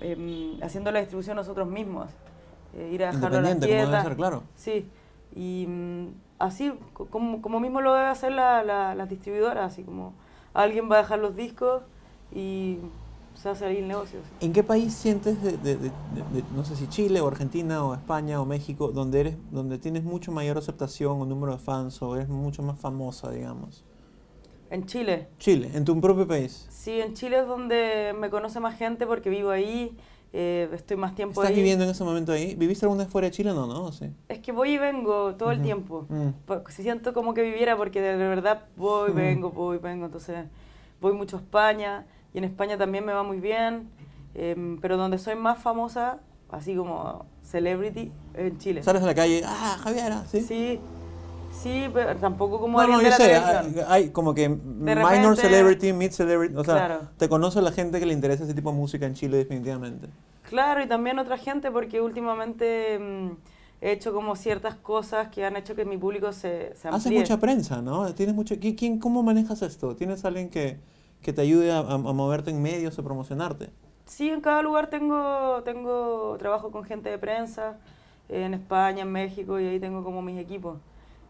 Speaker 3: em, haciendo la distribución nosotros mismos. eh, ir a dejarlo a las
Speaker 1: Independiente, como debe
Speaker 3: dietas.
Speaker 1: ser, claro.
Speaker 3: Sí, y mm, así, co- como, como mismo lo debe hacer la, la- las distribuidoras, así como alguien va a dejar los discos y se hace ahí el negocio. así.
Speaker 1: ¿En qué país sientes, de, de- de- de- de- no sé si Chile o Argentina o España o México, donde, eres, donde tienes mucho mayor aceptación o número de fans o eres mucho más famosa, digamos?
Speaker 3: En Chile.
Speaker 1: Chile, en tu propio país.
Speaker 3: Sí, en Chile es donde me conoce más gente porque vivo ahí, eh, estoy más tiempo
Speaker 1: ¿Estás
Speaker 3: ahí.
Speaker 1: viviendo en ese momento ahí? ¿Viviste alguna vez fuera de Chile? No, no, sí.
Speaker 3: Es que voy y vengo todo el tiempo.
Speaker 1: Mm.
Speaker 3: Pa- pues, Si siento como que viviera porque de verdad voy,
Speaker 1: Mm.
Speaker 3: vengo, voy, vengo. Entonces voy mucho a España y en España también me va muy bien. Em, pero donde soy más famosa, así como celebrity, es en Chile.
Speaker 1: Sales a la calle, ah, Javiera, sí.
Speaker 3: Sí, sí, pero tampoco como
Speaker 1: No,
Speaker 3: alguien
Speaker 1: no,
Speaker 3: de
Speaker 1: yo
Speaker 3: la
Speaker 1: sé, ah, hay,
Speaker 3: televisión.
Speaker 1: hay como que minor
Speaker 3: repente-
Speaker 1: celebrity, mid celebrity, o sea,
Speaker 3: Claro.
Speaker 1: te conoce la gente que le interesa ese tipo de música en Chile definitivamente.
Speaker 3: Claro, y también otra gente porque últimamente em, he hecho como ciertas cosas que han hecho que mi público se, se
Speaker 1: Haces
Speaker 3: amplíe.
Speaker 1: mucha prensa, ¿no? Tienes mucho, ¿qui- ¿quién, ¿Cómo manejas esto? ¿Tienes alguien que, que te ayude a, a- a moverte en medios o promocionarte?
Speaker 3: Sí, en cada lugar tengo, tengo trabajo con gente de prensa, en España, en México, y ahí tengo como mis equipos.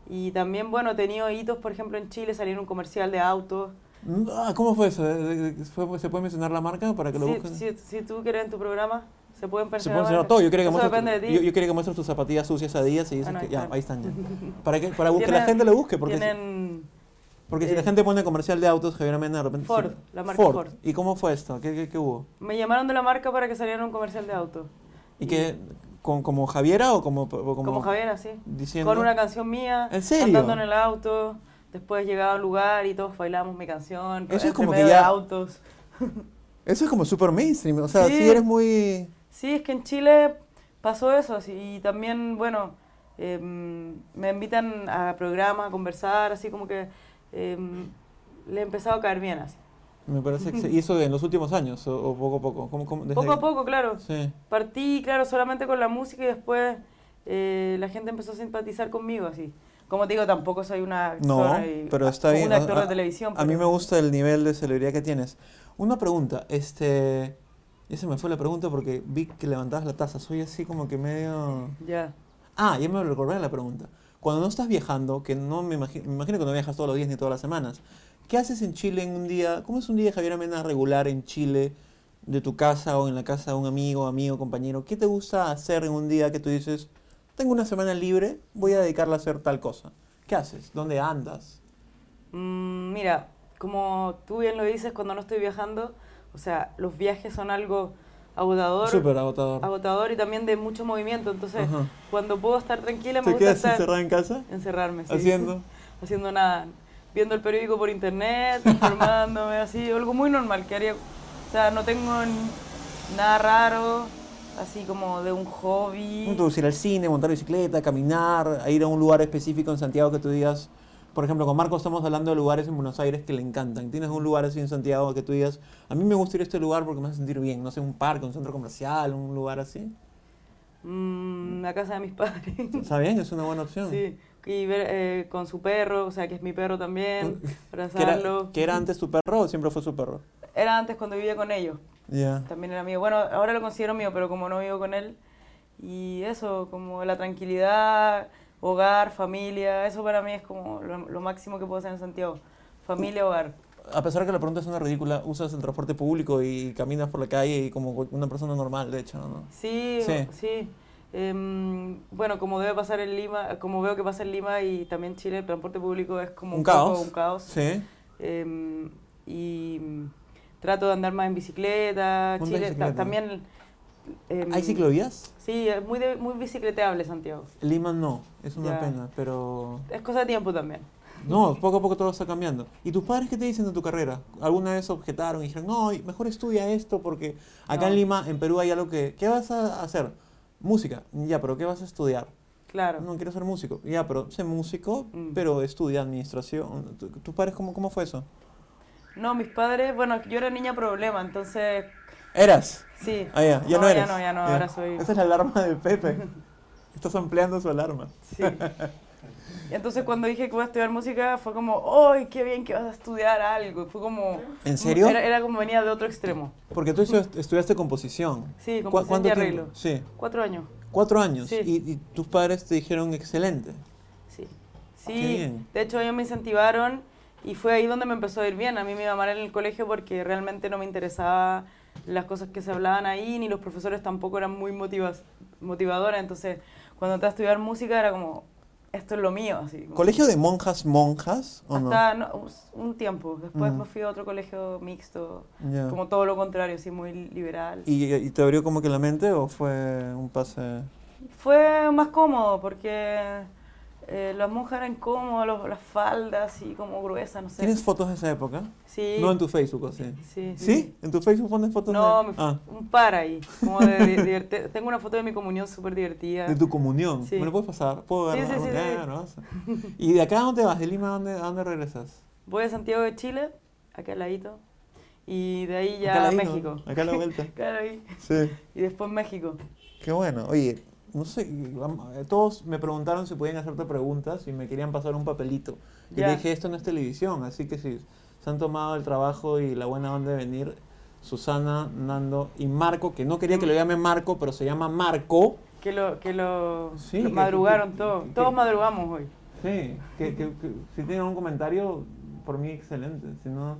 Speaker 3: Y también, bueno, he tenido hitos, por ejemplo, en Chile salí en un comercial de autos.
Speaker 1: Mm, ah, ¿Cómo fue eso? ¿De- de- de- fue- ¿Se puede mencionar la marca para Ah, que lo
Speaker 3: Si,
Speaker 1: busquen?
Speaker 3: si, si tú quieres en tu programa, se pueden
Speaker 1: Se
Speaker 3: personar.
Speaker 1: puede mencionar todo. Yo quería que,
Speaker 3: Eso
Speaker 1: muestres,
Speaker 3: depende de ti.
Speaker 1: yo, yo quería que muestres tus zapatillas sucias a días y dices
Speaker 3: Ah, no,
Speaker 1: que
Speaker 3: ahí
Speaker 1: ya,
Speaker 3: están.
Speaker 1: ahí están ya. Para que, para que la
Speaker 3: Tienen-
Speaker 1: gente lo busque, porque si-
Speaker 3: Tienen...
Speaker 1: Porque si la
Speaker 3: Eh,
Speaker 1: gente pone comercial de autos, Javier Mena de repente...
Speaker 3: Ford,
Speaker 1: sí.
Speaker 3: la marca Ford.
Speaker 1: ¿Y cómo fue esto? ¿Qué, qué- qué hubo?
Speaker 3: Me llamaron de la marca para que saliera en un comercial de autos.
Speaker 1: ¿Y qué? con- ¿Como Javiera o como...? o como,
Speaker 3: Como, Javier, sí.
Speaker 1: Diciendo...
Speaker 3: Con una canción mía.
Speaker 1: ¿En serio?
Speaker 3: Cantando en el auto. Después llegaba al lugar y todos bailamos mi canción.
Speaker 1: Eso es
Speaker 3: entre
Speaker 1: como que
Speaker 3: medio de
Speaker 1: ya-
Speaker 3: autos.
Speaker 1: Eso es como super mainstream. O sea, si
Speaker 3: Sí.
Speaker 1: eres muy...
Speaker 3: Sí, es que en Chile pasó eso. así, Y también, bueno, em, me invitan a programas, a conversar, así como que em, le he empezado a caer bien. Así.
Speaker 1: Me parece que... sí. ¿Y eso en los últimos años o, o poco a poco? ¿Cómo, cómo- desde
Speaker 3: Poco a
Speaker 1: que-
Speaker 3: poco, claro.
Speaker 1: Sí.
Speaker 3: Partí, claro, solamente con la música y después eh, la gente empezó a simpatizar conmigo, así. Como te digo, tampoco soy una
Speaker 1: No,
Speaker 3: soy
Speaker 1: pero está
Speaker 3: un
Speaker 1: bien.
Speaker 3: actor
Speaker 1: a,
Speaker 3: de televisión.
Speaker 1: a mí me
Speaker 3: pero-
Speaker 1: gusta el nivel de celebridad que tienes. Una pregunta, este... Ya se me fue la pregunta porque vi que levantabas la taza. Soy así como que medio...
Speaker 3: Ya.
Speaker 1: Ah, ya me recordé la pregunta. Cuando no estás viajando, que no me, imagi- me imagino que no viajas todos los días ni todas las semanas, ¿qué haces en Chile en un día? ¿Cómo es un día de Javier Amena regular en Chile, de tu casa o en la casa de un amigo, amigo, compañero? ¿Qué te gusta hacer en un día que tú dices, tengo una semana libre, voy a dedicarla a hacer tal cosa? ¿Qué haces? ¿Dónde andas?
Speaker 3: Mm, mira, como tú bien lo dices, cuando no estoy viajando, o sea, los viajes son algo agotador.
Speaker 1: Súper agotador.
Speaker 3: agotador y también de mucho movimiento. Entonces,
Speaker 1: Ajá.
Speaker 3: cuando puedo estar tranquila, me
Speaker 1: ¿Te
Speaker 3: gusta
Speaker 1: quedas
Speaker 3: estar
Speaker 1: encerrada en casa?
Speaker 3: encerrarme. sí.
Speaker 1: Haciendo.
Speaker 3: (laughs) Haciendo nada. viendo el periódico por internet, (laughs) informándome, así, algo muy normal que haría. O sea, no tengo ni- nada raro, así como de un hobby.
Speaker 1: Punto, pues, ir al cine, montar bicicleta, caminar, a ir a un lugar específico en Santiago que tú digas, por ejemplo, con Marco estamos hablando de lugares en Buenos Aires que le encantan. Tienes un lugar así en Santiago que tú digas, a mí me gusta ir a este lugar porque me hace sentir bien, no sé, un parque, un centro comercial, un lugar así.
Speaker 3: Mm, la casa de mis (laughs) padres.
Speaker 1: Está bien, es una buena opción.
Speaker 3: Sí, y ver eh, con su perro, o sea, que es mi perro también,
Speaker 1: ¿Que era,
Speaker 3: abrazarlo.
Speaker 1: que era antes tu perro o siempre fue su perro?
Speaker 3: Era antes cuando vivía con ellos,
Speaker 1: Ya.
Speaker 3: también era mío. Bueno, ahora lo considero mío, pero como no vivo con él, y eso, como la tranquilidad, hogar, familia, eso para mí es como lo, lo máximo que puedo hacer en Santiago. Familia, hogar.
Speaker 1: A pesar que la pregunta es una ridícula, usas el transporte público y caminas por la calle y como una persona normal, de hecho, ¿no?
Speaker 3: Sí,
Speaker 1: Sí.
Speaker 3: o- sí. Em, bueno, como debe pasar en Lima, como veo que pasa en Lima y también Chile, el transporte público es como
Speaker 1: Un
Speaker 3: poco
Speaker 1: caos.
Speaker 3: un caos.
Speaker 1: Sí.
Speaker 3: Em, y mm, trato de andar más en bicicleta.
Speaker 1: Ponte
Speaker 3: Chile, ta-
Speaker 1: bicicleta.
Speaker 3: también. em,
Speaker 1: ¿Hay ciclovías?
Speaker 3: Sí, es muy, de- muy bicicleteable Santiago.
Speaker 1: Lima no, es una
Speaker 3: Ya.
Speaker 1: pena, pero...
Speaker 3: Es cosa de tiempo también.
Speaker 1: No, poco a poco todo está cambiando. ¿Y tus padres qué te dicen de tu carrera? ¿Alguna vez objetaron y dijeron, no, mejor estudia esto porque acá en
Speaker 3: No.
Speaker 1: Lima, en Perú hay algo que... ¿Qué vas a hacer? Música. Ya, pero ¿qué vas a estudiar?
Speaker 3: Claro.
Speaker 1: No, quiero ser músico. Ya, pero sé músico,
Speaker 3: Mm.
Speaker 1: pero estudia administración. ¿Tu- ¿Tus padres cómo, cómo fue eso?
Speaker 3: No, mis padres, bueno, yo era niña problema, entonces
Speaker 1: ¿Eras?
Speaker 3: sí.
Speaker 1: Ah, ya, ya no, eres.
Speaker 3: Ya no, ya no, ahora soy.
Speaker 1: Esa es la alarma del Pepe. Estás ampliando su alarma. (laughs)
Speaker 3: Sí. Y Entonces cuando dije que voy a estudiar música fue como, ¡ay, qué bien que vas a estudiar algo! Fue como...
Speaker 1: ¿En serio?
Speaker 3: Era, era como venía de otro extremo.
Speaker 1: Porque tú estu- estudiaste composición.
Speaker 3: Sí,
Speaker 1: ¿Cu-
Speaker 3: composición
Speaker 1: cuánto
Speaker 3: y
Speaker 1: tiempo?
Speaker 3: arreglo.
Speaker 1: Sí.
Speaker 3: Cuatro años.
Speaker 1: Cuatro años.
Speaker 3: Sí.
Speaker 1: Y, y tus padres te dijeron excelente.
Speaker 3: Sí.
Speaker 1: Qué
Speaker 3: Sí,
Speaker 1: bien.
Speaker 3: de hecho ellos me incentivaron y fue ahí donde me empezó a ir bien. A mí me iba mal en el colegio porque realmente no me interesaba las cosas que se hablaban ahí, ni los profesores tampoco eran muy motivas, motivadoras. Entonces, cuando entré a estudiar música era como, esto es lo mío. Así, como-
Speaker 1: ¿Colegio de monjas, monjas o no? Mm.
Speaker 3: Hasta no, us- un tiempo. Después
Speaker 1: Ujú.
Speaker 3: me fui a otro colegio mixto,
Speaker 1: Ya.
Speaker 3: como todo lo contrario, así muy liberal.
Speaker 1: Ah. ¿Y, y te abrió como que la mente o fue un pase?
Speaker 3: Fue más cómodo porque eh, las monjas eran cómodas, los- las faldas y como gruesas, no sé.
Speaker 1: ¿Tienes fotos de esa época?
Speaker 3: Sí.
Speaker 1: No en tu Facebook, ¿o sí?
Speaker 3: Sí.
Speaker 1: ¿Sí? ¿En tu Facebook pones fotos
Speaker 3: No,
Speaker 1: de...
Speaker 3: me fu-
Speaker 1: Ah,
Speaker 3: un par ahí. Como de, de- diverti- Tengo una foto de mi comunión súper divertida.
Speaker 1: de tu comunión.
Speaker 3: Sí.
Speaker 1: ¿Me lo puedes pasar? ¿Puedo
Speaker 3: Sí,
Speaker 1: verla?
Speaker 3: sí,
Speaker 1: Ah,
Speaker 3: sí, sí.
Speaker 1: claro, vas. ¿Y de acá a dónde vas? ¿De Lima a dónde, a dónde regresas?
Speaker 3: Voy a Santiago de Chile, acá al ladito. Y de ahí
Speaker 1: Acá
Speaker 3: (laughs) ya
Speaker 1: la
Speaker 3: a
Speaker 1: vi, ¿no?
Speaker 3: México.
Speaker 1: Acá a la
Speaker 3: (laughs)
Speaker 1: vuelta.
Speaker 3: Claro, ahí.
Speaker 1: sí.
Speaker 3: Y después México.
Speaker 1: Qué bueno. Oye, no sé, vam- eh, todos me preguntaron si podían hacerte preguntas y me querían pasar un papelito. Y
Speaker 3: Ya.
Speaker 1: le dije, esto no es televisión, así que si se han tomado el trabajo y la buena onda de venir, Susana, Nando y Marco, que no quería que lo llame Marco, pero se llama Marco.
Speaker 3: Que lo, que lo,
Speaker 1: Sí,
Speaker 3: lo
Speaker 1: que-
Speaker 3: madrugaron
Speaker 1: que-
Speaker 3: todos.
Speaker 1: que-
Speaker 3: todos madrugamos hoy.
Speaker 1: Sí, que, que- que si tienen algún comentario, por mí excelente. Si no...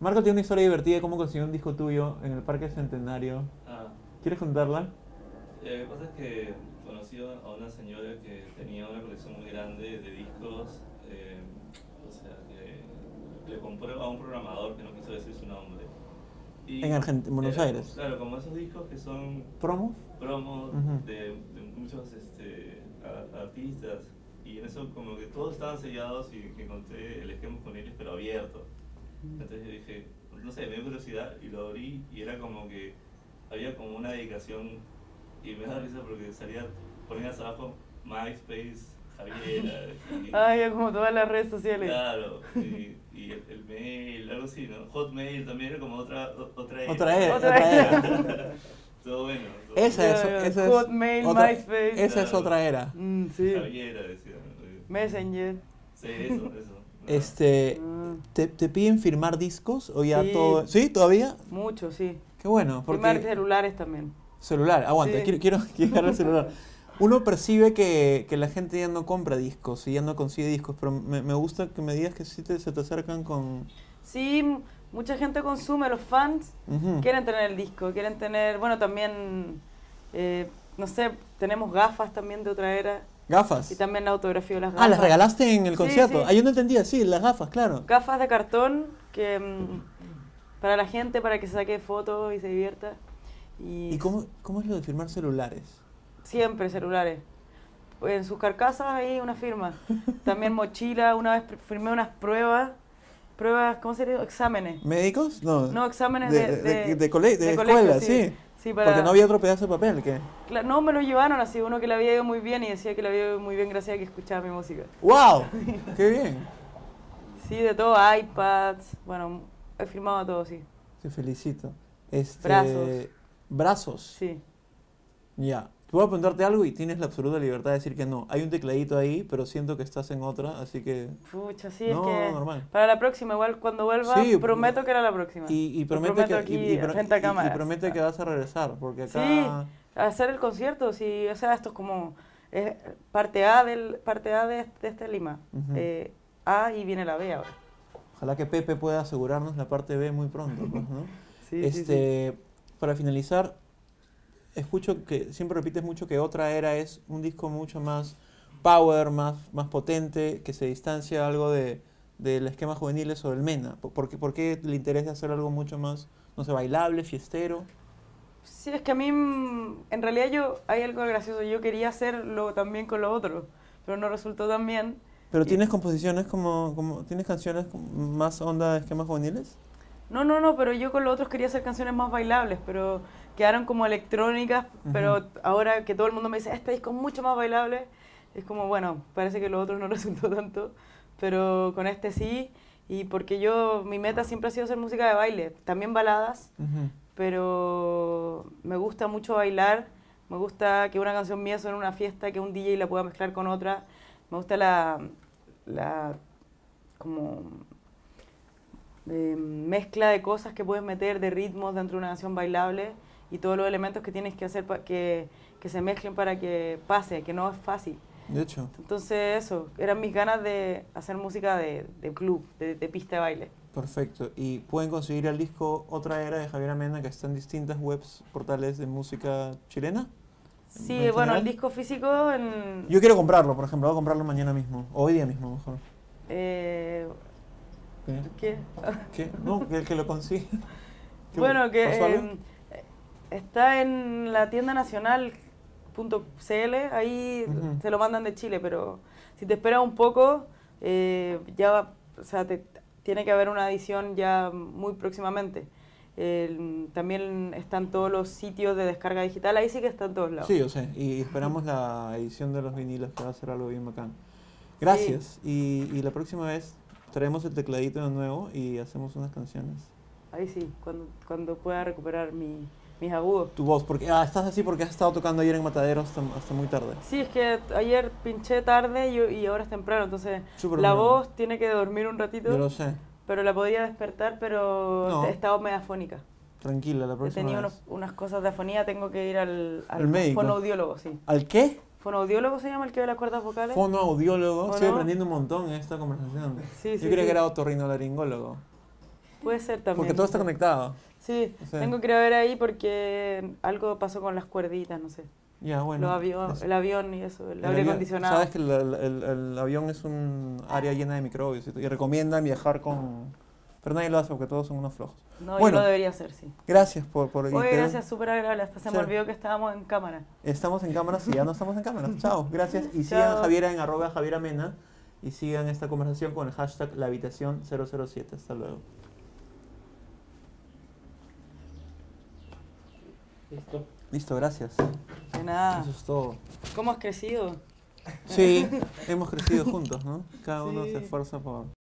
Speaker 1: Marco tiene una historia divertida de cómo consiguió un disco tuyo en el Parque Centenario.
Speaker 2: Ah,
Speaker 1: ¿Quieres contarla?
Speaker 2: eh, lo que pasa es que conocí a a una señora que tenía una colección muy grande de discos, eh, o sea, que le compró a un programador que no quiso decir su nombre. Y
Speaker 1: En Argent- en Buenos
Speaker 2: era-
Speaker 1: Aires.
Speaker 2: Claro, como esos discos que son
Speaker 1: ¿Promo?
Speaker 2: promos
Speaker 1: Ujú.
Speaker 2: de, de muchos este, a- artistas y en eso como que todos estaban sellados y que encontré el esquema con ellos pero abierto. Entonces yo dije, no sé, me dio curiosidad y lo abrí y era como que había como una dedicación y me da risa porque salía, ponías abajo MySpace, Javiera.
Speaker 3: (laughs)
Speaker 2: y-
Speaker 3: Ay, ya como todas las redes sociales.
Speaker 2: Claro, y, y el, el mail, algo así, ¿no? Hotmail también era como otra o- otra era.
Speaker 1: Otra era,
Speaker 3: Otra E. otra era.
Speaker 2: (laughs) Todo bueno. todo
Speaker 1: Esa
Speaker 2: bueno.
Speaker 1: es,
Speaker 3: Ya, ya.
Speaker 1: esa es
Speaker 3: Hotmail,
Speaker 1: otra,
Speaker 3: MySpace.
Speaker 1: Esa es otra era.
Speaker 3: Mm, sí.
Speaker 2: Javiera, decía.
Speaker 3: Messenger.
Speaker 2: Sí, eso, eso. Ah,
Speaker 1: Este,
Speaker 3: Ah,
Speaker 1: ¿te, te piden firmar discos o ya
Speaker 3: Sí.
Speaker 1: todo? ¿Sí? ¿Todavía?
Speaker 3: mucho, sí.
Speaker 1: Qué bueno, porque
Speaker 3: Primar celulares también.
Speaker 1: celular, aguanta,
Speaker 3: Sí.
Speaker 1: quiero, quiero (laughs) llegar al celular. Uno percibe que, que la gente ya no compra discos y ya no consigue discos, pero me, me gusta que me digas que sí te, se te acercan con...
Speaker 3: Sí, m- mucha gente consume, los fans
Speaker 1: Ujú.
Speaker 3: quieren tener el disco, quieren tener, bueno, también, eh, no sé, tenemos gafas también de otra era
Speaker 1: Gafas.
Speaker 3: y también la autografía de las gafas.
Speaker 1: Ah, las regalaste en el
Speaker 3: Sí,
Speaker 1: concierto.
Speaker 3: sí.
Speaker 1: Ah, yo no entendía, sí, las gafas, claro.
Speaker 3: Gafas de cartón que mm, para la gente, para que se saque fotos y se divierta. Y,
Speaker 1: ¿Y cómo, cómo es lo de firmar celulares?
Speaker 3: siempre celulares. Por- en sus carcasas ahí una firma. También mochila, una vez pr- firmé unas pruebas, pruebas, ¿cómo se dice? Exámenes.
Speaker 1: ¿Médicos? No.
Speaker 3: No, exámenes
Speaker 1: de,
Speaker 3: de,
Speaker 1: de,
Speaker 3: de-
Speaker 1: de cole- de
Speaker 3: de colegio,
Speaker 1: escuela, sí.
Speaker 3: Sí, para-
Speaker 1: Porque no había otro pedazo de papel, ¿qué?
Speaker 3: Cla- No, me lo llevaron así, uno que le había ido muy bien y decía que le había ido muy bien gracias a que escuchaba mi música. (laughs)
Speaker 1: ¡Wow! ¡Qué bien!
Speaker 3: Sí, de todo, iPads, bueno, he firmado todo, sí.
Speaker 1: Te felicito. Este,
Speaker 3: Brazos.
Speaker 1: Brazos.
Speaker 3: Sí.
Speaker 1: Ya. Te voy a preguntarte algo y tienes la absoluta libertad de decir que no. Hay un tecladito ahí, pero siento que estás en otra, así que...
Speaker 3: Pucha, sí,
Speaker 1: No,
Speaker 3: es que
Speaker 1: normal.
Speaker 3: para la próxima, igual cuando vuelva,
Speaker 1: Sí, pues,
Speaker 3: prometo que era la próxima.
Speaker 1: Y, y
Speaker 3: Lo
Speaker 1: promete,
Speaker 3: prometo
Speaker 1: que,
Speaker 3: aquí,
Speaker 1: y- y pro-
Speaker 3: frente a
Speaker 1: y- y
Speaker 3: cámaras.
Speaker 1: promete que vas a regresar, porque
Speaker 3: Sí,
Speaker 1: acá...
Speaker 3: hacer el concierto, sí, o sea, esto es como es parte A, del, parte a de, de este Lima.
Speaker 1: Ujú.
Speaker 3: Eh, a y viene la B ahora.
Speaker 1: Ojalá que Pepe pueda asegurarnos la parte B muy pronto, pues, ¿no?
Speaker 3: Sí, sí,
Speaker 1: este, Para finalizar, escucho que siempre repites mucho que Otra Era es un disco mucho más power, más, más potente, que se distancia algo de, del esquema juvenil sobre el MENA. ¿Por, por qué, por qué le interesa hacer algo mucho más, no sé, bailable, fiestero?
Speaker 3: Sí, es que a mí, mm, en realidad yo, hay algo gracioso, yo quería hacerlo también con lo otro, pero no resultó tan bien.
Speaker 1: Pero tienes composiciones como, como tienes canciones con más onda de esquemas juveniles?
Speaker 3: No, no, no, pero yo con los otros quería hacer canciones más bailables, pero quedaron como electrónicas, pero ahora que todo el mundo me dice, este disco es mucho más bailable, es como, bueno, parece que los otros no (laughs) resultó tanto, pero con este sí, y porque yo, mi meta siempre ha sido hacer música de baile, también baladas,
Speaker 1: Ujú.
Speaker 3: pero me gusta mucho bailar, me gusta que una canción mía suene en una fiesta, que un DJ la pueda mezclar con otra, me gusta la, la como eh, mezcla de cosas que puedes meter, de ritmos dentro de una canción bailable y todos los elementos que tienes que hacer pa- que, que se mezclen para que pase, que no es fácil.
Speaker 1: De hecho.
Speaker 3: Entonces eso, eran mis ganas de hacer música de, de club, de, de pista de baile.
Speaker 1: Perfecto. Y pueden conseguir el disco Otra Era de Javier Amena, que está en distintas webs, portales de música chilena.
Speaker 3: Sí,
Speaker 1: ¿En
Speaker 3: bueno,
Speaker 1: general?
Speaker 3: el disco físico en...
Speaker 1: Yo quiero comprarlo, por ejemplo, voy a comprarlo mañana mismo, o hoy día mismo mejor.
Speaker 3: eh,
Speaker 1: ¿Qué?
Speaker 3: ¿qué?
Speaker 1: ¿Qué? No, que el que lo consigue. (laughs) ¿Qué
Speaker 3: bueno,
Speaker 1: pasó
Speaker 3: que
Speaker 1: algo?
Speaker 3: eh, está en la tienda nacional.cl, ahí
Speaker 1: Ujú.
Speaker 3: se lo mandan de Chile, pero si te esperas un poco, eh, ya va- o sea, te- tiene que haber una edición ya muy próximamente. El- también están todos los sitios de descarga digital, ahí sí que están todos lados.
Speaker 1: Sí, yo sé. Y esperamos la edición de los vinilos, que va a ser algo bien bacán. Gracias. Y, y la próxima vez traemos el tecladito de nuevo y hacemos unas canciones.
Speaker 3: Ahí sí, cuando, cuando pueda recuperar mi- mis agudos.
Speaker 1: Tu voz, porque ah, estás así porque has estado tocando ayer en Matadero hasta, hasta muy tarde.
Speaker 3: Sí, es que ayer pinché tarde y, y ahora es temprano, entonces
Speaker 1: Súper
Speaker 3: la
Speaker 1: bueno.
Speaker 3: voz tiene que dormir un ratito.
Speaker 1: Yo lo sé.
Speaker 3: Pero la podía despertar, pero
Speaker 1: No.
Speaker 3: he estado media afónica.
Speaker 1: Tranquila, la
Speaker 3: He
Speaker 1: próxima
Speaker 3: tenido
Speaker 1: vez.
Speaker 3: unos- unas cosas de afonía, tengo que ir al,
Speaker 1: Al médico.
Speaker 3: fonoaudiólogo, sí.
Speaker 1: ¿Al qué?
Speaker 3: ¿Fonoaudiólogo se llama el que ve las cuerdas vocales?
Speaker 1: Fonoaudiólogo. Estoy
Speaker 3: Fono-
Speaker 1: aprendiendo un montón en esta conversación.
Speaker 3: Sí,
Speaker 1: Yo
Speaker 3: sí,
Speaker 1: creía
Speaker 3: sí.
Speaker 1: que era otorrinolaringólogo.
Speaker 3: Puede ser también.
Speaker 1: Porque todo está conectado.
Speaker 3: Sí,
Speaker 1: Sí.
Speaker 3: tengo que ir a ver ahí porque algo pasó con las cuerditas, no sé.
Speaker 1: Ya, bueno.
Speaker 3: Los avio-
Speaker 1: es-
Speaker 3: el avión y eso, el,
Speaker 1: el
Speaker 3: aire
Speaker 1: avión-
Speaker 3: acondicionado.
Speaker 1: Sabes que el, el- el- el avión es un área llena de microbios y, t- y recomiendan viajar con... Pero nadie lo hace porque todos son unos flojos.
Speaker 3: No,
Speaker 1: Bueno.
Speaker 3: yo lo debería hacer, sí.
Speaker 1: Gracias por... por y
Speaker 3: Oye,
Speaker 1: te-
Speaker 3: gracias, súper agradable. Hasta se
Speaker 1: Sí.
Speaker 3: me olvidó que estábamos en cámara.
Speaker 1: Estamos en cámaras y ya no estamos en
Speaker 3: (laughs)
Speaker 1: cámaras. Chao, gracias. Y sigan a
Speaker 3: Chao.
Speaker 1: Javiera en arroba Javiera Mena y sigan esta conversación con el hashtag la habitación 007. Hasta luego.
Speaker 5: Listo.
Speaker 1: Listo, gracias.
Speaker 3: De nada.
Speaker 1: Eso es todo.
Speaker 3: ¿Cómo has crecido? (laughs)
Speaker 1: Sí, hemos crecido juntos, ¿no? Cada uno
Speaker 3: Sí.
Speaker 1: se esfuerza por...